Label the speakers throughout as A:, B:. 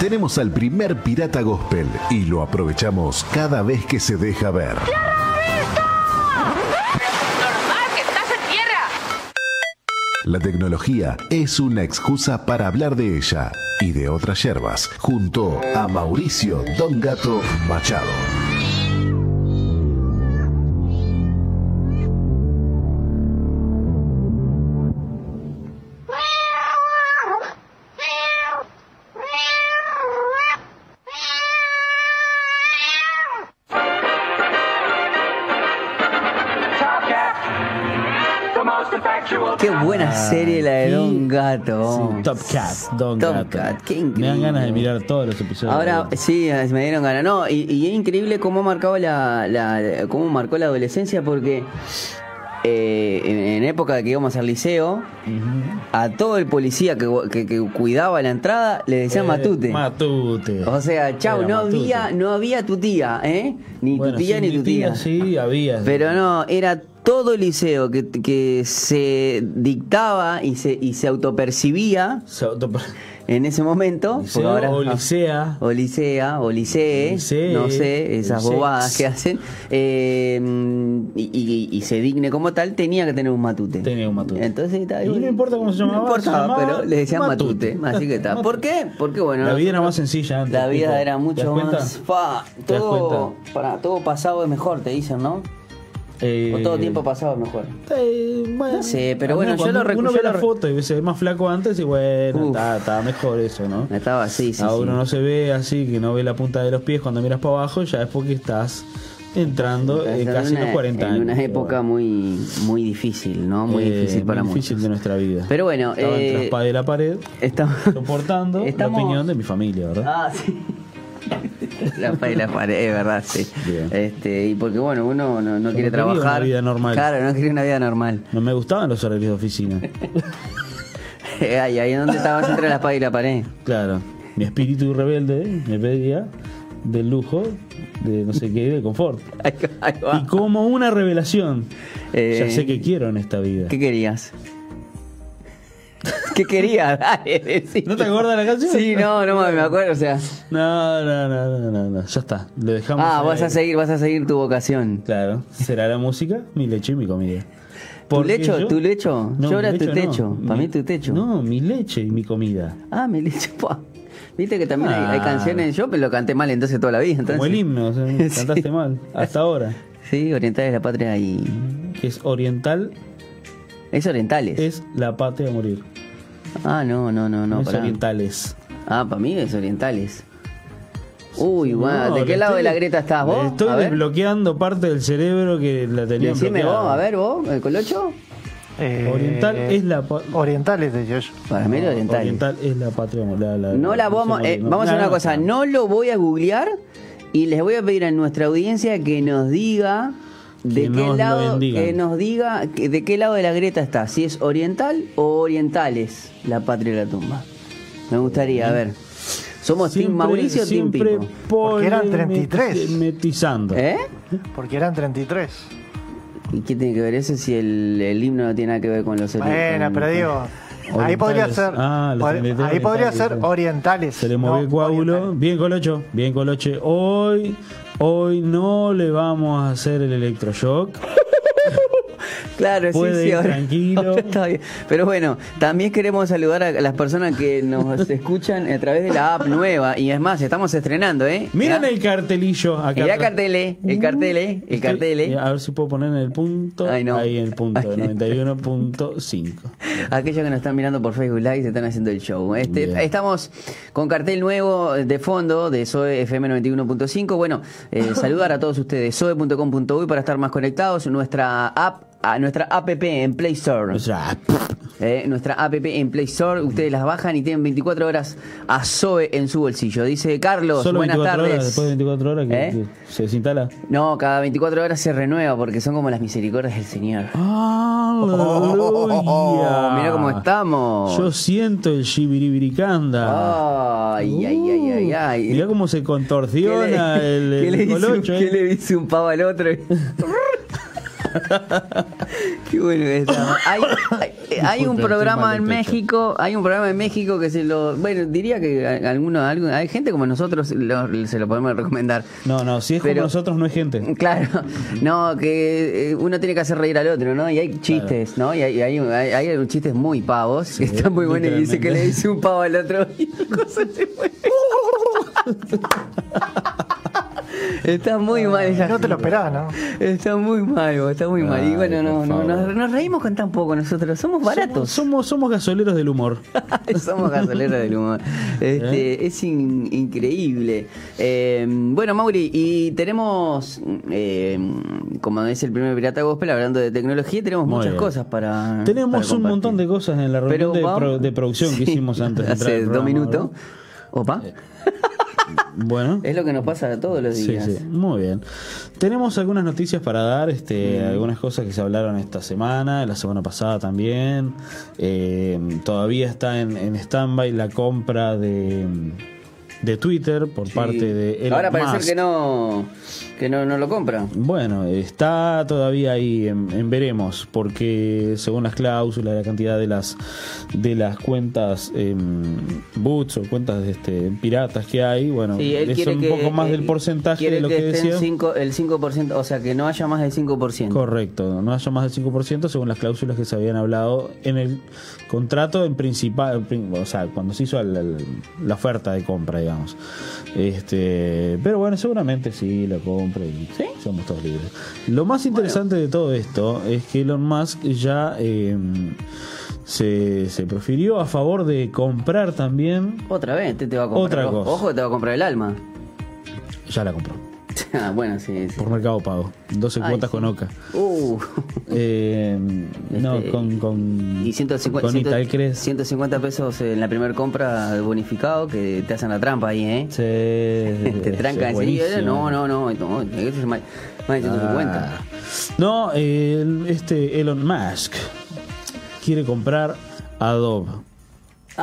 A: Tenemos al primer pirata gospel y lo aprovechamos cada vez que se deja ver.
B: Normal que estás en tierra.
A: La tecnología es una excusa para hablar de ella y de otras yerbas, junto a Mauricio Don Gato Machado.
C: Qué buena serie la de Don Gato.
D: Ah, Top Cat, Don
C: Top
D: Gato.
C: Cat, qué
D: Me dan
C: increíble.
D: ganas de mirar todos los episodios.
C: Ahora sí, me dieron ganas. No, y, y es increíble cómo ha marcado la, la- cómo marcó la adolescencia porque eh, en, en época que íbamos al liceo, a todo el policía que, que- que cuidaba la entrada le decían
D: Eh,
C: matute.
D: Matute.
C: o sea, chau,
D: Era
C: no
D: matute.
C: había, no había tu tía, ¿eh? Ni
D: Bueno,
C: tu tía
D: sí,
C: ni tu tía.
D: Sí, había.
C: Pero no, era todo el liceo que, que se dictaba y se, y se autopercibía
D: Se auto-
C: en ese momento.
D: Liceo
C: porque
D: o licea.
C: O licea, o licee,
D: Licee,
C: no sé, esas
D: licex.
C: bobadas que hacen. eh, y, y- y se digne como tal, tenía que tener un matute.
D: Tenía un matute.
C: Entonces, está
D: Y no importa cómo se llamaba,
C: No importaba,
D: se llamaba
C: pero le decían matute.
D: matute.
C: Así que está. ¿Por qué? Porque bueno.
D: la
C: nosotros-
D: vida era más sencilla antes.
C: la vida
D: Pipo.
C: era
D: ¿Te das
C: mucho
D: cuenta?
C: más. fa,
D: ¿Te das
C: todo,
D: cuenta?
C: para, todo pasado es mejor, te dicen, ¿no?
D: Eh,
C: O todo tiempo pasado es mejor.
D: eh, bueno,
C: No sé, pero
D: al
C: bueno,
D: menos
C: yo lo
D: cuando
C: recu-
D: Uno
C: yo
D: ve
C: lo
D: la
C: re-
D: foto y se ve más flaco antes y bueno,
C: Uf.
D: está, está mejor eso, ¿no?
C: Estaba así, sí.
D: a
C: sí.
D: uno Ah, no se ve así, que no ve la punta de los pies cuando miras para abajo, ya es porque estás entrando
C: Estás
D: en eh, casi
C: una-
D: los 40
C: En
D: años.
C: una época muy, muy difícil, ¿no? Muy
D: Eh,
C: difícil para
D: muy difícil
C: muchos.
D: de nuestra vida.
C: Pero bueno,
D: Estaba
C: eh,
D: entre la espada y la pared,
C: Estamos-
D: soportando
C: estamos-
D: la opinión de mi familia, ¿verdad?
C: Ah, sí. La pared, la pared, es verdad, sí.
D: Bien.
C: Este, y porque, bueno, uno no, no quiere
D: quería una
C: trabajar.
D: vida normal.
C: Claro, no quería una vida normal.
D: No me gustaban los horarios de oficina.
C: Ay, Eh, ahí donde estabas entre la espada y la pared.
D: Claro, mi espíritu rebelde me pedía del lujo, de no sé qué, de confort.
C: Ahí va, ahí va.
D: Y como una revelación,
C: Ah. Eh,
D: ya sé que quiero en esta vida.
C: ¿Qué querías? ¿Qué querías? Dale, decí.
D: ¿No te acuerdas la canción?
C: Sí, no, no me acuerdo, o sea.
D: No, no, no, no, no, no, ya está, lo dejamos.
C: Ah, vas
D: ahí.
C: a seguir, vas a seguir tu vocación.
D: Claro, será la música, mi leche y mi comida.
C: ¿Tu
D: Porque
C: lecho?
D: yo-
C: ¿Tu lecho?
D: No,
C: yo era
D: mi
C: tu
D: lecho no.
C: techo. Para
D: Mi-
C: mí tu techo.
D: No, mi leche y mi comida.
C: Ah, mi lecho. pa. Viste que también hay, hay
D: Ah.
C: canciones. Yo lo canté mal entonces toda la vida. Entonces.
D: Como el himno, o sea,
C: Sí.
D: cantaste mal, hasta ahora.
C: Sí, orientales la patria y.
D: Que es oriental,
C: Es orientales.
D: es la patria a morir.
C: Ah, no, no, no, no.
D: Eh. No es
C: pará.
D: orientales.
C: Ah, para mí es orientales. Uy, guau,
D: No,
C: ¿de
D: le
C: qué lado de
D: estoy-
C: la grieta estás
D: le
C: vos?
D: Estoy
C: a ver,
D: desbloqueando parte del cerebro que la tenía
C: decime vos,
D: bloqueada.
C: a ver vos, el colocho.
E: Eh,
D: Oriental es la pa-
E: Oriental es de Josh.
C: Para mí
D: No,
C: era orientales.
D: Oriental es la patria la- la-
C: No la
D: no
C: vamos,
D: sé
C: eh,
D: morir, no.
C: vamos a hacer
D: No,
C: una
D: no,
C: cosa, no lo voy a googlear y les voy a pedir a nuestra audiencia que nos diga de
D: Que
C: qué
D: nos lo
C: lado
D: bendigan.
C: que nos diga que- de qué lado de la grieta está, si es oriental o orientales, la patria y la tumba. Me gustaría, a ver. Somos Team
D: Siempre-
C: Mauricio o Team
D: siempre
C: Pipo.
E: Porque eran
D: polemetiz-
E: 33.
D: Metizando.
C: ¿Eh?
E: Porque eran 33.
C: ¿Y qué tiene que ver eso si el, el himno no tiene nada que ver con los
E: Bueno,
C: con-
E: pero digo. Ahí
D: Orientales.
E: podría ser.
D: Ah, los
E: pod-
D: orientales,
E: ahí podría
D: orientales,
E: ser
D: sí.
E: orientales.
D: Se le movió
E: no
D: el coágulo.
E: orientales.
D: Bien, Colocho. Bien, Coloche. Hoy, hoy no le vamos a hacer el electroshock.
C: Claro,
D: Puede
C: sí, sí,
D: ir
C: ahora-
D: tranquilo.
C: ahora está bien. Pero bueno, también queremos saludar a las personas que nos escuchan a través de la app nueva. Y es más, estamos estrenando, ¿eh?
D: Miren
C: Mirá.
D: el cartelillo acá.
C: Mirá
D: atrás.
C: cartel, eh, el cartel, eh, el
D: Estoy-
C: cartel, eh.
D: A ver si puedo poner en el punto.
C: Ay, no.
D: Ahí en el punto,
C: Ay.
D: 91.5.
C: Aquellos que nos están mirando por Facebook Live se están haciendo el show. Este,
D: Bien.
C: estamos con cartel nuevo de fondo de SOE FM 91.5. Bueno, eh, saludar a todos ustedes. SOE.com.uy para estar más conectados. Nuestra app, a nuestra app en Play Store.
D: O sea,
C: Eh, nuestra app en Play Store. Ustedes las bajan y tienen 24 horas a Zoe en su bolsillo. Dice Carlos,
D: solo
C: buenas
D: 24
C: tardes.
D: horas. Después de 24 horas que,
C: ¿Eh?
D: que se desinstala.
C: No, cada 24 horas se renueva porque son como las misericordias del Señor.
D: ¡Aleluya!
C: Mira Oh, cómo estamos.
D: Ah. Yo siento el
C: Ah.
D: shibiribiricanda.
C: Ay, ay, ay, ay, ay.
D: Uh, Mirá cómo se
C: ¿Qué le-
D: contorsiona el, eh.
C: qué
D: el
C: le dice un-
D: colocho. eh.
C: qué le dice un pavo al otro? Qué bueno que está. Hay, hay- hay un
D: Puta,
C: programa
D: estoy mal
C: en
D: del pecho.
C: México, hay un programa en México que se lo, bueno, diría que a- alguno, algo- hay gente como nosotros lo- se lo podemos recomendar.
D: No, no, si es
C: Pero-
D: como nosotros no es gente.
C: Claro, no, que eh, uno tiene que hacer reír al otro, ¿no? Y hay chistes, ¿no? Y hay, hay, hay, hay chistes muy pavos, que están muy buenos, y dice que le dice un pavo al otro y la cosa se fue. Está muy mal esa
E: No te lo esperás, ¿no?
C: Está muy mal, vos, está muy mal. Y
D: Ay,
C: bueno, no,
D: por
C: no,
D: favor.
C: nos, nos reímos con tan poco nosotros. Somos baratos.
D: Somos, somos, somos gasoleros del humor.
C: Somos, gasoleros del humor. Este,
D: ¿Eh?
C: Es in- increíble. Eh, bueno, Mauri, y tenemos, eh, como es el primer Pirata Gospel, hablando de tecnología, tenemos
D: Muy
C: muchas
D: bien.
C: cosas para.
D: Tenemos
C: para
D: un montón de
C: compartir.
D: cosas en la reunión
C: Pero
D: de,
C: vamos-
D: pro- de producción que
C: Sí,
D: hicimos antes. de entrar
C: Hace
D: al
C: dos
D: programa,
C: minutos. Opa,
D: ¿verdad? Bueno.
C: es lo que nos pasa todos los
D: Sí,
C: días.
D: sí, muy bien. Tenemos algunas noticias para dar,
C: Mm.
D: este, algunas cosas que se hablaron esta semana, la semana pasada también. Eh, todavía está en, en stand-by la compra de, de Twitter por
C: Sí.
D: parte de Elon
C: Ahora parece
D: Musk.
C: que no, que no, no lo compra.
D: Bueno, está todavía ahí en, en veremos, porque según las cláusulas, la cantidad de las de las cuentas em, boots o cuentas este, piratas que hay, bueno,
C: Sí, él
D: es
C: quiere
D: un
C: que-
D: poco más del
C: eh,
D: porcentaje
C: quiere
D: de lo que,
C: esté en
D: decía.
C: cinco- el 5%, o sea, que no haya más del 5%.
D: Correcto, no haya más del 5% según las cláusulas que se habían hablado en el contrato en principal, prin- o sea, cuando se hizo el- el- la oferta de compra, digamos. Este, pero bueno, seguramente sí la compra y somos todos libres. Lo más interesante de todo esto es que Elon Musk ya eh, se, se profirió a favor de comprar también,
C: Otra vez, te, te va a comprar.
D: Otra
C: ojo,
D: cosa.
C: Ojo, te va a comprar el alma.
D: ya la compró
C: Ah, bueno, sí, sí.
D: por Mercado Pago, 12
C: Ay,
D: cuotas
C: sí.
D: con Oca.
C: Uh,
D: Eh, no,
C: Este,
D: con, con,
C: y 150,
D: con
C: ciento-
D: Italcres.
C: 150 pesos en la primera compra de bonificado que te hacen la trampa ahí, ¿eh?
D: Sí,
C: Te
D: ese
C: trancan
D: es
C: enseguida.
D: buenísimo.
C: No, no, no, no, tiene que ser más, más de 150.
D: Ah. No, el- este Elon Musk quiere comprar Adobe.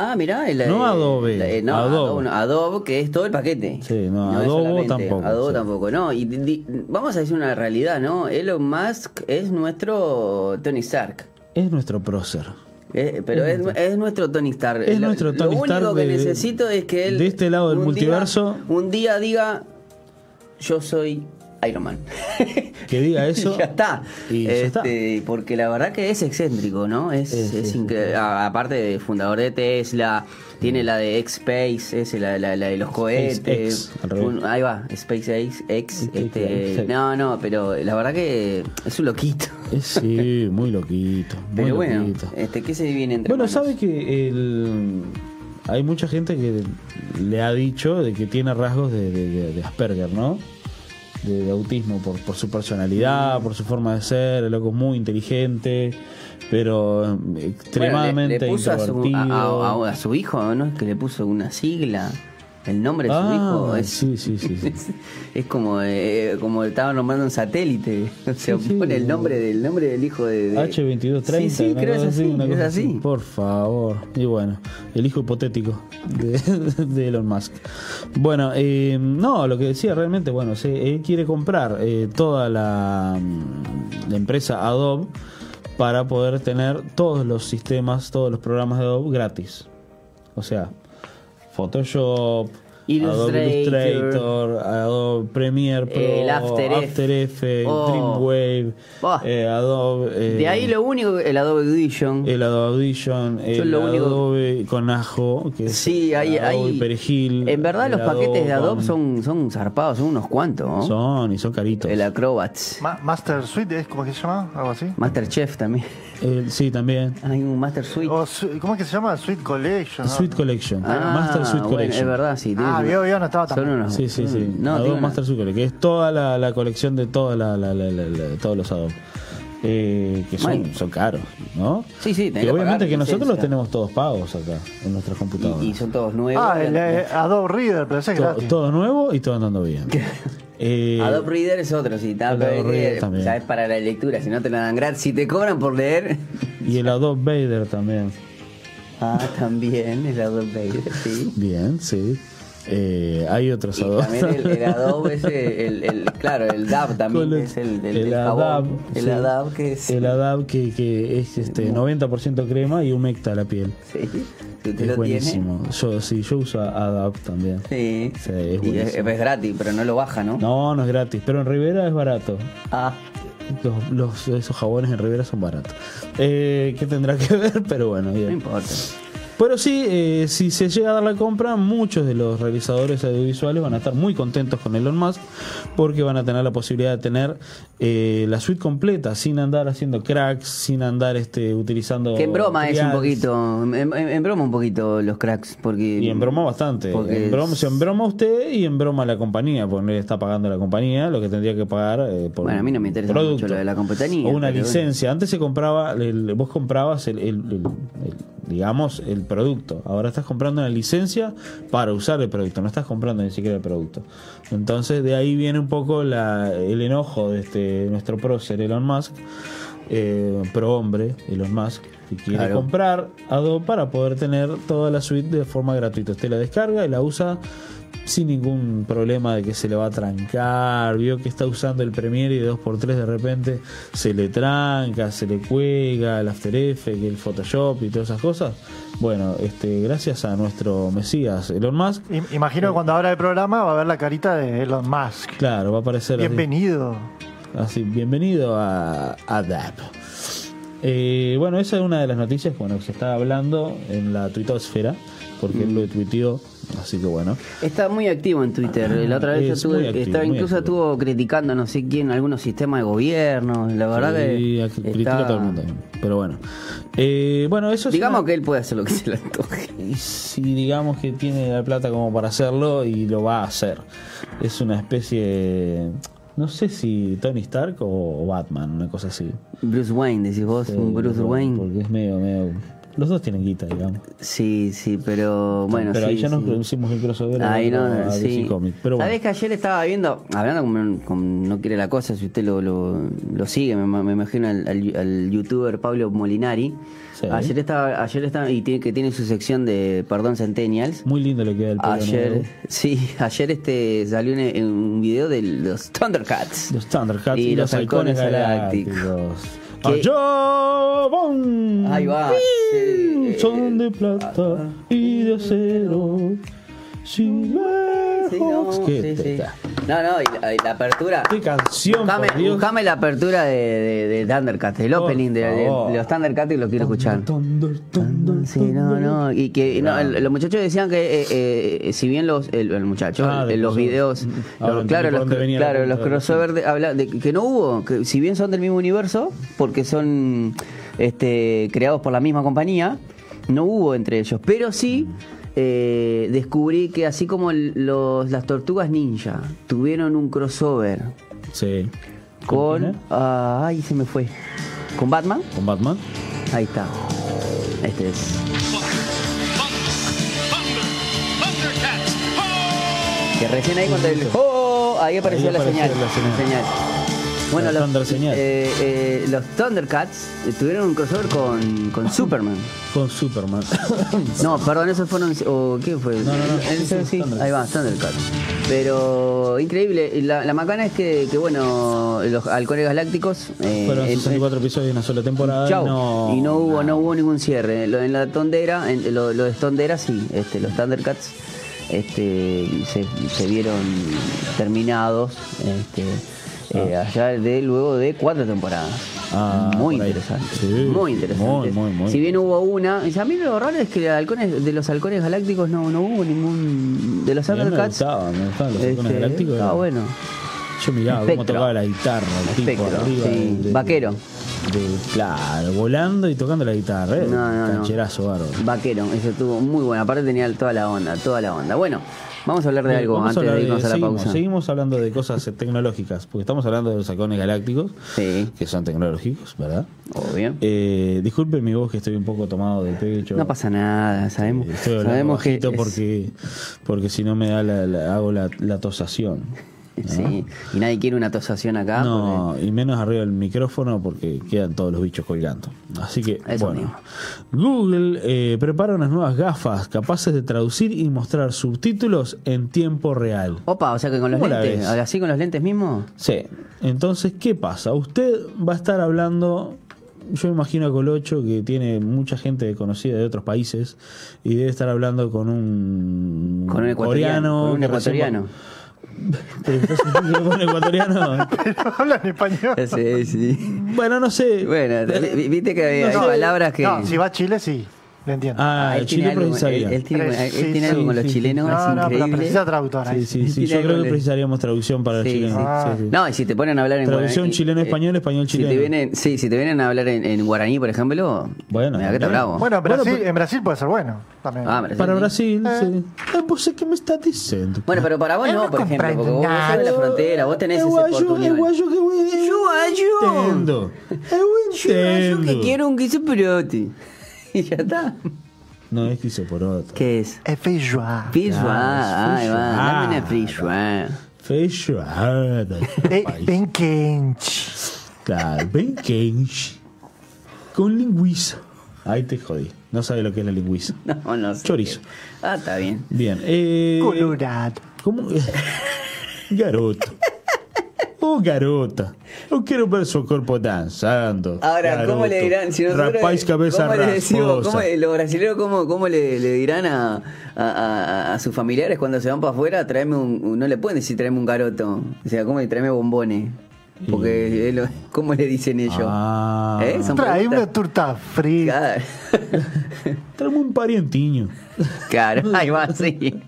C: Ah, mirá, el,
D: No
C: eh,
D: Adobe,
C: la- eh, no,
D: Adobe.
C: Adobe. no, Adobe, que es todo el paquete.
D: Sí, no,
C: es
D: Adobe
C: solamente-
D: tampoco,
C: Adobe
D: sí.
C: tampoco, no. Y di- di- vamos a decir una realidad, ¿no? Elon Musk es nuestro Tony Stark.
D: Es nuestro prócer.
C: Eh, pero es, es nuestro Tony Stark.
D: Es
C: Lo-
D: nuestro Tony
C: Lo único
D: Stark
C: que
D: de-
C: necesito es que él.
D: de este lado del
C: un día-
D: multiverso.
C: un día diga: Yo soy Iron Man.
D: Que diga eso.
C: ya está.
D: Y ya está.
C: Este, Porque la verdad que es excéntrico, ¿no? Es,
D: Es,
C: es
D: es,
C: incre- a- Aparte de fundador de Tesla, tiene la de X-Space, es la, la- la de los cohetes.
D: al revés.
C: Un- ahí va, SpaceX, X.
D: X,
C: Este,
D: X.
C: no, no, pero la verdad que es un loquito.
D: Es, sí, muy loquito. Muy
C: Pero bueno,
D: loquito.
C: este, ¿qué se viene entre
D: Bueno,
C: manos?
D: sabe que el- hay mucha gente que le ha dicho de que tiene rasgos de, de- de- de Asperger, ¿no? De, de autismo, por, por su personalidad, por su forma de ser, el loco es muy inteligente, pero eh, extremadamente
C: Bueno, le- le puso a su,
D: introvertido.
C: a- a- a su hijo, ¿no? Es que le puso una sigla. El nombre de su
D: Ah,
C: hijo es,
D: sí, sí, sí, sí.
C: es, es como eh, como estaban nombrando un satélite. O sea,
D: Sí, sí,
C: pone el
D: eh,
C: nombre del nombre del hijo de, de-
D: H2230.
C: Sí, sí,
D: una
C: creo es
D: cosa
C: así,
D: una
C: es
D: cosa
C: así.
D: Por favor. Y bueno, el hijo hipotético de, de Elon Musk. Bueno, eh, no, lo que decía realmente, bueno, se- él quiere comprar eh, toda la, mm, la empresa Adobe para poder tener todos los sistemas, todos los programas de Adobe gratis. O sea, Photoshop, Adobe
C: Illustrator.
D: Illustrator, Adobe Premiere Pro,
C: El After Effects.
D: Effects,
C: Oh.
D: Dreamwave,
C: Bah.
D: eh, Adobe. eh,
C: De ahí lo único que- el Adobe Audition.
D: El Adobe Audition, el
C: lo único-
D: Adobe con ajo, que es
C: sí, hay,
D: Adobe
C: hay-
D: perejil.
C: En verdad
D: el
C: los paquetes de Adobe
D: con-
C: son son zarpados, son unos cuantos, ¿no?
D: Son y son caritos.
C: El Acrobats,
E: Ma- Master Suite, ¿es como que se llama? Algo así.
C: MasterChef también.
D: El- sí, también.
C: Hay un Master Suite.
D: Oh,
E: O su- ¿Cómo es que se llama? Suite Collection. ¿no?
D: Suite Collection.
C: Ah,
D: Master Suite
C: bueno,
D: Collection.
C: es verdad, sí.
E: Ah,
C: tiene-
E: vio, vio, no estaba tan
C: Son
E: mal.
C: unos-
D: Sí, sí, sí.
C: No,
D: Adobe
C: digo una-
D: Master Suite, que es toda la, la colección de toda la, la- la- la- la- todos los Adobe. Eh, que son,
C: Bueno.
D: son caros, ¿no?
C: Sí, sí, tenés
D: Y
C: que
D: obviamente
C: pagar
D: que nosotros los
C: licencia.
D: tenemos todos pagos acá, en nuestras computadoras.
C: Y, y son todos nuevos.
E: Ah, el eh, Adobe Reader, pero ese es
D: To-
E: gratis.
D: todo nuevo y todo andando bien. Eh,
C: Adobe Reader es otro, sí. tal-
D: Adobe
C: eh,
D: Reader también.
C: o sea, es para la lectura, si no te la dan gratis. Si te cobran por leer.
D: y el Adobe Vader también.
C: Ah, también, el Adobe Reader, sí.
D: Bien, sí. Eh, hay otros
C: Y también
D: adobes.
C: el, el Adobe ese, el, el- claro, el DAB también es el, el, del jabón.
D: ADAB,
C: el
D: sí.
C: ADAB que es...
D: El ADAB que, que es este 90% crema y humecta la piel.
C: sí, si usted
D: Es
C: lo
D: buenísimo. Yo sí, yo uso ADAB también.
C: tiene. Sí,
D: Sí, es
C: Y es,
D: buenísimo.
C: es gratis, pero no lo baja, ¿no?
D: No, no es gratis, pero en Rivera es barato.
C: Ah,
D: Los, los- esos jabones en Rivera son baratos. Eh, ¿Qué tendrá que ver? Pero bueno,
C: no
D: bien.
C: importa.
D: Pero sí, eh, si se llega a dar la compra, muchos de los realizadores audiovisuales van a estar muy contentos con Elon Musk porque van a tener la posibilidad de tener eh, la suite completa sin andar haciendo cracks, sin andar este, utilizando.
C: Que en broma es un
D: trials.
C: poquito, en, en- en broma un poquito los cracks, porque...
D: Y en broma bastante.
C: Porque
D: En broma-
C: es-
D: se embroma usted y en broma la compañía, porque no le está pagando la compañía lo que tendría que pagar eh, por
C: Bueno, a mí no me
D: un
C: interesa mucho lo de la compañía,
D: O una
C: pero bueno.
D: licencia. Antes se compraba, el- vos comprabas el, el- el- el- digamos, el producto. Ahora estás comprando una licencia para usar el producto, no estás comprando ni siquiera el producto. Entonces de ahí viene un poco la- el enojo de este, nuestro prócer Elon Musk, eh, pro hombre Elon Musk, que quiere
C: Claro.
D: comprar comprar Adobe para poder tener toda la suite de forma gratuita. Usted la descarga y la usa sin ningún problema de que se le va a trancar. Vio que está usando el Premiere y de 2x3 de repente se le tranca, se le cuelga el After Effects, el Photoshop y todas esas cosas. Bueno, este, gracias a nuestro Mesías Elon Musk,
E: Im- Imagino que cuando abra el programa va a ver la carita de Elon Musk.
D: eh. claro, va a aparecer así.
E: Bienvenido.
D: Así, bienvenido a, a DAP. Eh, bueno, esa es una de las noticias bueno, que se está hablando en la tuitosfera, porque él lo tuiteó, así que bueno.
C: Está muy activo en Twitter. La otra vez yo
D: Ah, Es
C: estuve-
D: muy activo,
C: estaba-
D: muy
C: incluso
D: activo.
C: estuvo criticando no sé quién, algunos sistemas de gobierno. La verdad
D: Sí,
C: que.
D: ac- critica
C: está-
D: a todo el mundo. Pero bueno. Eh, bueno, eso es
C: Digamos
D: una-
C: que él puede hacer lo que se le antoje.
D: y si digamos que tiene la plata como para hacerlo y lo va a hacer. Es una especie de- no sé si Tony Stark o Batman, una cosa así.
C: Bruce Wayne, decís vos, un Bruce
D: Eh,
C: Wayne.
D: Porque es medio, medio... Los dos tienen guita, digamos.
C: Sí, sí, pero bueno.
D: pero ahí
C: sí,
D: ya nos
C: sí.
D: producimos el crossover
C: Ahí no,
D: a DC
C: sí.
D: Comics. Pero bueno,
C: Sabés que ayer estaba viendo, hablando como, como no quiere la cosa, si usted lo, lo, lo sigue, me, me imagino al, al- al youtuber Pablo Molinari.
D: Sí.
C: Ayer estaba, ayer estaba, y tiene, que tiene su sección de Perdón Centennials.
D: muy ¿eh? lindo le queda el pelo
C: Ayer,
D: nuevo.
C: sí, ayer este salió un, un video de los Thundercats.
D: Los Thundercats
C: Y
D: y,
C: los
D: los halcones
C: halcones
D: galácticos.
C: Que-
D: ¡Allá van!
C: Ahí va, sí. Ah,
D: Son de plata y de acero. Sin
C: Sí, no,
D: lejos.
C: sí,
D: Qué
C: sí.
D: teta.
C: No, no, y la, y la apertura.
D: Qué canción,
C: Buscame,
D: por Dios.
C: buscame la apertura de, de, de Thundercats, el
D: Por
C: opening de, de-
D: favor.
C: de los Thundercats y lo quiero escuchar.
D: Thunder, thunder,
C: Ah, Sí, no, no, y que no, el- los muchachos decían que eh, eh, si bien los el, el muchacho,
D: Ah,
C: el-
D: de
C: los
D: crossover.
C: videos,
D: Mm.
C: los-
D: Ahora
C: claro,
D: entendí por
C: los,
D: dónde
C: cro-
D: venía la
C: claro,
D: punta
C: los
D: de la
C: crossover de, habla- de- que no hubo, que si bien son del mismo universo, porque son este creados por la misma compañía, no hubo entre ellos, pero sí eh, descubrí que así como el- los, las tortugas ninja tuvieron un crossover
D: Sí.
C: con
D: quién
C: ah, ay se me fue con Batman,
D: es? ¿Con Batman?
C: ahí está, este es. Que recién ahí cuando el ¡Oh! Ahí apareció,
D: Ahí
C: la,
D: apareció
C: señal,
D: la señal.
C: la señal. Bueno,
D: La
C: los,
D: Thunder señal.
C: eh, eh, los Thundercats eh, tuvieron un crossover con, con Superman.
D: Con Superman.
C: No, perdón, esos fueron. ¿O qué fue?
D: no, no,
C: Eh,
D: sí, sí,
C: sí,
D: Thundercats.
C: ahí va, Thundercats. Pero increíble. Y La, la macana es que, que, bueno, los halcones galácticos. eh,
D: Fueron
C: en-
D: 64 episodios de una sola temporada. y
C: Chau.
D: Ah, no- Ah.
C: Y no hubo, no hubo ningún cierre. Lo, en la tondera, en, lo, lo de tondera sí, este, los Thundercats este, se, se vieron terminados este, eh, allá de luego de cuatro temporadas.
D: Ah,
C: muy
D: por ahí.
C: interesante.
D: Sí,
C: muy interesante.
D: muy, muy, muy.
C: Si bien hubo una, y a mí lo raro es que de halcones, de los halcones galácticos no, no hubo ningún. De los
D: A mí me
C: Thundercats.
D: gustaba, me gustaban los halcones
C: este,
D: galácticos.
C: estaba
D: era-
C: bueno.
D: Yo miraba cómo
C: Espectro.
D: tocaba la guitarra, el tipo
C: Espectro,
D: arriba.
C: sí.
D: del- del-
C: Vaquero.
D: del- claro, volando y tocando la guitarra. eh,
C: No, no, no.
D: Cancherazo bárbaro.
C: Vaquero, eso estuvo muy bueno. Aparte tenía toda la onda, toda la onda. Bueno, vamos a hablar de
D: Bueno,
C: algo
D: vamos a
C: antes de
D: hablar
C: irnos a la
D: seguimos,
C: pausa.
D: Seguimos hablando de cosas eh, tecnológicas, porque estamos hablando de los halcones galácticos,
C: Sí,
D: que son tecnológicos, ¿verdad?
C: obvio.
D: Eh, disculpen mi voz que estoy un poco tomado del pecho.
C: no pasa nada, sabemos,
D: Eh, Estoy hablando
C: sabemos que
D: bajito
C: es-
D: porque, porque si no me da la, la- hago la, la tosación.
C: Sí. Y nadie quiere una tosación acá.
D: No, y menos arriba del micrófono porque quedan todos los bichos colgando. Así que,
C: Eso
D: bueno.
C: mismo.
D: Google eh, prepara unas nuevas gafas capaces de traducir y mostrar subtítulos en tiempo real.
C: porque- Opa, o sea que con los
D: ¿Cómo la
C: lentes,
D: ves?
C: así con los lentes mismos.
D: Sí. Entonces, ¿qué pasa? Usted va a estar hablando. Yo me imagino a Colocho que tiene mucha gente conocida de otros países y debe estar hablando con un,
C: Con un ecuatoriano.
D: coreano,
C: Con un
D: que recién-
C: ecuatoriano.
D: Pero estás hablando con un ecuatoriano.
E: Hablan español.
C: Sí, sí.
D: Bueno, no sé.
C: Bueno, vi- viste que hay,
E: No,
C: hay
E: no.
C: palabras que.
E: No, si va a Chile, sí. Le entiendo.
D: ah,
C: Ah, él tiene
D: Chile
C: algo-
D: provinciaría.
C: Él, él tiene,
E: Pero
C: él
E: sí,
C: tiene algo
D: sí,
C: con los
D: sí,
C: chilenos, es
E: no, no, pero
C: increíble.
E: precisa traductora. eh.
D: Sí,
E: ahí.
D: sí, sí.
C: Tiene
D: Yo
C: algo
D: creo que
C: de-
D: precisaríamos traducción para
C: Sí,
D: el chileno.
C: sí.
E: Ah.
D: Sí, sí.
C: No, y si te ponen a hablar en
D: Traducción
C: guaraní- eh,
D: chileno-español, español-chileno.
C: Si te vienen, sí, si te vienen a hablar en, en guaraní, por ejemplo,
D: Bueno,
C: mira que está
D: también.
C: bravo.
E: Bueno, en Brasil,
D: Bueno, pero-
E: en Brasil puede ser bueno. También.
C: Ah, Brasil.
D: Para Brasil,
E: Eh.
D: sí. Eh, pues, ¿qué me estás diciendo?
C: Bueno, pero para vos
E: Él
C: no,
E: no
C: por ejemplo,
E: comprende
C: porque vos vos
E: nada.
C: sos de la frontera, vos tenés
D: Eh,
C: esa
D: guayo, eh,
C: oportunidad.
D: guayo, que voy- eh,
C: Yo guayo.
D: Entendo. Eh,
C: Yo
D: entendo.
C: que quiero un guiso perote. Y ya está.
D: No es que hizo por otro.
C: ¿Qué es?
E: Es feijoada.
C: Piso,
D: Ah,
C: ah,
D: es
C: ahí va.
D: feijoada.
C: Dame una eh. frijoada.
D: Feijoada.
E: Eh,
D: País.
E: Bem quente.
D: ah, Claro, bem quente. Con lingüiza. Ahí te jodí. No sabe lo que es la lingüiza.
C: No, no sé.
D: Chorizo.
C: Ah, está bien.
D: Bien. Eh,
E: Colorado.
D: ¿Cómo? Garoto. Oh, garota. Yo quiero ver su cuerpo danzando.
C: Ahora, ¿cómo
D: garoto.
C: le dirán? Si nosotros,
D: Rapáis cabeza
C: ¿cómo le decimos,
D: rasposa.
C: cómo- los brasileños, ¿cómo, cómo le, le dirán a, a- a- a sus familiares cuando se van para afuera? Tráeme un, un- No le pueden decir tráeme un garoto. O sea, ¿cómo le tráeme bombones? Porque, es lo- ¿cómo le dicen ellos?
D: Ah.
C: ¿Eh? Son
E: Trae una
C: preguntas-
E: turta frita.
C: Claro.
D: Tráeme un parientiño.
C: Claro, ahí va, sí.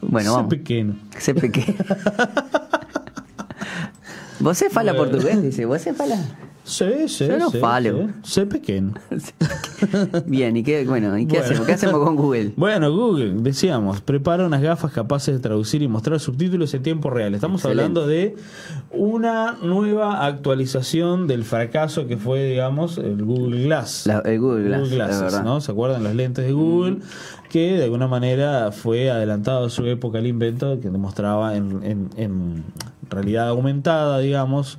C: Bueno,
D: Ese
C: vamos.
D: pequeño.
C: Se pequé. ¿Vos se fala
D: Bueno.
C: portugués? Dice, ¿vos se fala?
D: Sí, sí,
C: Yo no
D: sí,
C: falo.
D: sí. Sé pequeño.
C: Bien, ¿y qué, bueno, ¿y qué
D: Bueno.
C: hacemos? ¿Qué hacemos con Google?
D: Bueno, Google, decíamos, prepara unas gafas capaces de traducir y mostrar subtítulos en tiempo real. Estamos
C: Excelente.
D: hablando de una nueva actualización del fracaso que fue, digamos, el Google Glass.
C: La- el Google Glass,
D: Glasses,
C: es verdad. Mm.
D: ¿no? ¿Se acuerdan los lentes de Google? Que de alguna manera fue adelantado a su época el invento que demostraba en, en- en realidad aumentada, digamos,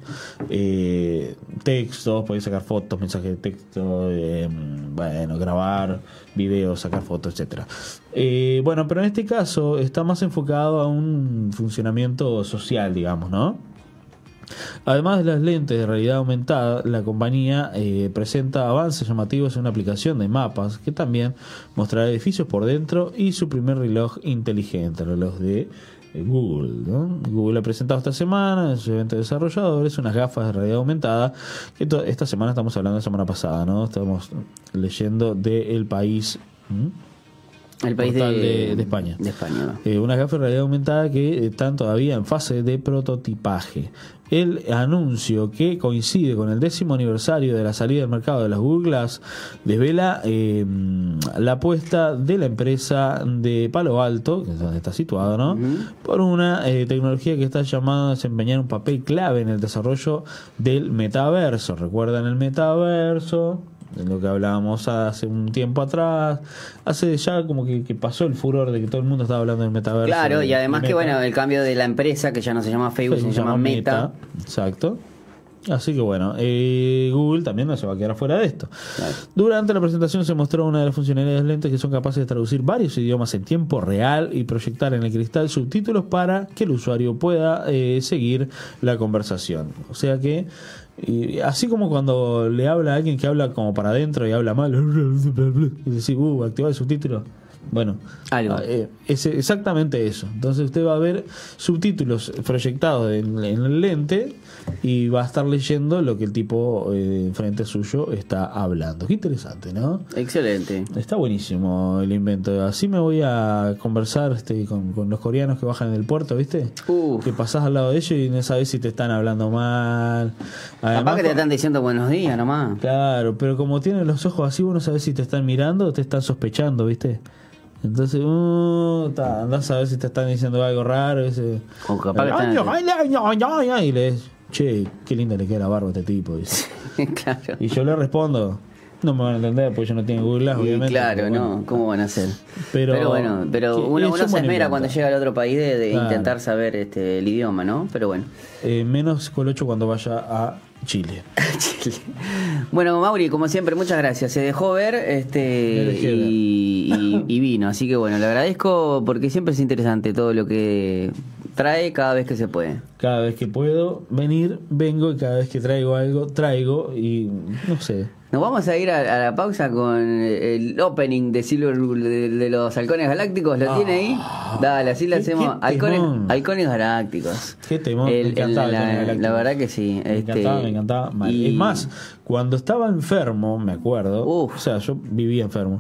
D: eh, textos, podías sacar fotos, mensajes de texto, eh, bueno, grabar videos, sacar fotos, etcétera. Eh, bueno, pero en este caso está más enfocado a un funcionamiento social, digamos, ¿no? Además de las lentes de realidad aumentada, la compañía eh, presenta avances llamativos en una aplicación de mapas que también mostrará edificios por dentro y su primer reloj inteligente, el reloj de eh, Google. ¿no? Google ha presentado esta semana en su evento de desarrolladores unas gafas de realidad aumentada, que to- esta semana estamos hablando de la semana pasada, ¿no? estamos leyendo de El País. ¿m?
C: El país de,
D: portal de- de España.
C: De España. ¿no?
D: Eh, unas gafas de realidad aumentada que eh, están todavía en fase de prototipaje. El anuncio que coincide con el décimo aniversario de la salida del mercado de las Google Glass desvela eh, la apuesta de la empresa de Palo Alto, que es donde está situado, ¿no? por una eh, tecnología que está llamada a desempeñar un papel clave en el desarrollo del metaverso. ¿Recuerdan el metaverso? de lo que hablábamos hace un tiempo atrás, hace ya como que, que pasó el furor de que todo el mundo estaba hablando del metaverso.
C: Claro,
D: de-
C: y además
D: de
C: que
D: Meta.
C: bueno, el cambio de la empresa, que ya no se llama Facebook, se, llama Meta.
D: Exacto. Así que bueno, eh, Google también no se va a quedar fuera de esto. Durante la presentación se mostró una de las funcionalidades lentes que son capaces de traducir varios idiomas en tiempo real y proyectar en el cristal subtítulos para que el usuario pueda eh, seguir la conversación. O sea que, eh, así como cuando le habla a alguien que habla como para adentro y habla mal, y decís, uh, activa el subtítulo. Bueno,
C: Algo.
D: eh, es exactamente eso. Entonces usted va a ver subtítulos proyectados en, en el lente y va a estar leyendo lo que el tipo eh, enfrente suyo está hablando. Qué interesante, ¿no?
C: Excelente.
D: Está buenísimo el invento. Así me voy a conversar este, con, con los coreanos que bajan del puerto, ¿viste?
C: Uf.
D: Que pasás al lado de ellos y no sabes si te están hablando mal.
C: Capaz
D: Además,
C: que te están diciendo buenos días nomás.
D: Claro, pero como tienen los ojos así, vos no sabés si te están mirando o te están sospechando, ¿viste? Entonces, uh, ta, andás a ver si te están diciendo algo raro. ese-
C: O capaz que
D: Ay,
C: están-
D: ay, ay, ay, ay, ay, y le des, che, qué linda le queda la barba a este tipo. dice.
C: claro.
D: Y yo le respondo, No me van a entender porque yo no tengo Google Glass,
C: Y
D: obviamente.
C: claro,
D: pero bueno.
C: no, ¿cómo van a hacer? Pero,
D: Pero-
C: bueno, pero
D: Sí,
C: uno, uno
D: es un
C: se
D: buen
C: esmera
D: invento.
C: cuando llega al otro país de, de
D: Claro.
C: intentar saber este, el idioma, ¿no? Pero bueno.
D: Eh, menos colocho cuando vaya a Chile.
C: Chile. Bueno, Mauri, como siempre, muchas gracias. Se dejó ver
D: Me
C: este
D: dejé
C: y, y- y vino. Así que bueno, le agradezco porque siempre es interesante todo lo que trae cada vez que se puede.
D: Cada vez que puedo venir, vengo y cada vez que traigo algo, traigo y no sé.
C: Nos vamos a ir a, a la pausa con eh, el opening de Silver de, de los Halcones Galácticos. ¿Lo tiene ahí? Dale, así lo
D: Ah, qué-
C: hacemos.
D: qué
C: Halcones,
D: temón.
C: halcones Galácticos.
D: Qué temón,
C: El-
D: me
C: el-
D: encantaba.
C: la,
D: Halcones Galácticos.
C: la verdad que sí.
D: Me
C: este,
D: encantaba, me encantaba. mal.
C: y-
D: Es más, cuando estaba enfermo, me acuerdo.
C: Uf.
D: O sea, yo vivía enfermo.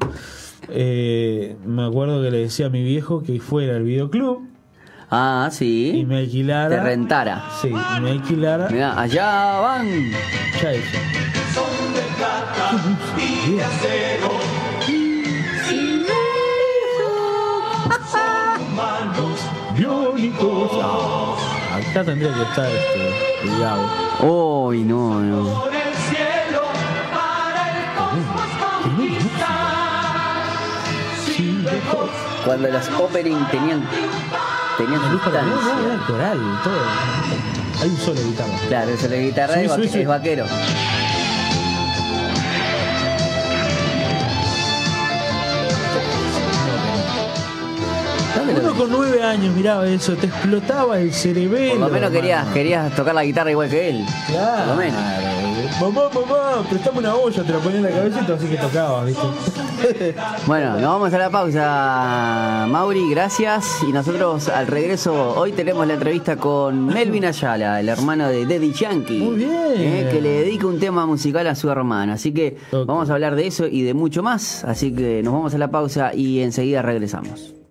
D: eh, me acuerdo que le decía a mi viejo que fuera al videoclub
C: Ah, sí.
D: y me alquilara.
C: Te rentara.
D: Sí, y me alquilara.
C: Mirá, allá van.
D: Ya eso. biónicos. Ah, acá tendría que estar este, el Gabo.
C: Uy, no, no. Cuando los opening tenían tenían
D: Luz para mí, no,
C: sustancia.
D: era coral, todo. Hay un solo de guitarra.
C: Claro, eso la guitarra
D: Subí,
C: es, va-
D: subí, subí.
C: es vaquero. ¿Dónde lo-
D: Uno con nueve años miraba eso, te explotaba el cerebelo.
C: Por lo menos querías,
D: hermano.
C: querías tocar la guitarra igual que él.
D: Claro.
C: Por lo menos.
D: Mamá, mamá, prestame una olla, te la ponía en la cabeza y tú así que tocabas, ¿viste?
C: Bueno, nos vamos a la pausa. Mauri, gracias. Y nosotros al regreso, hoy tenemos la entrevista con Melvin Ayala, el hermano de Daddy Yankee.
D: Muy bien.
C: eh, que le dedica un tema musical a su hermana. Así que
D: Ok.
C: vamos a hablar de eso y de mucho más. Así que nos vamos a la pausa y enseguida regresamos.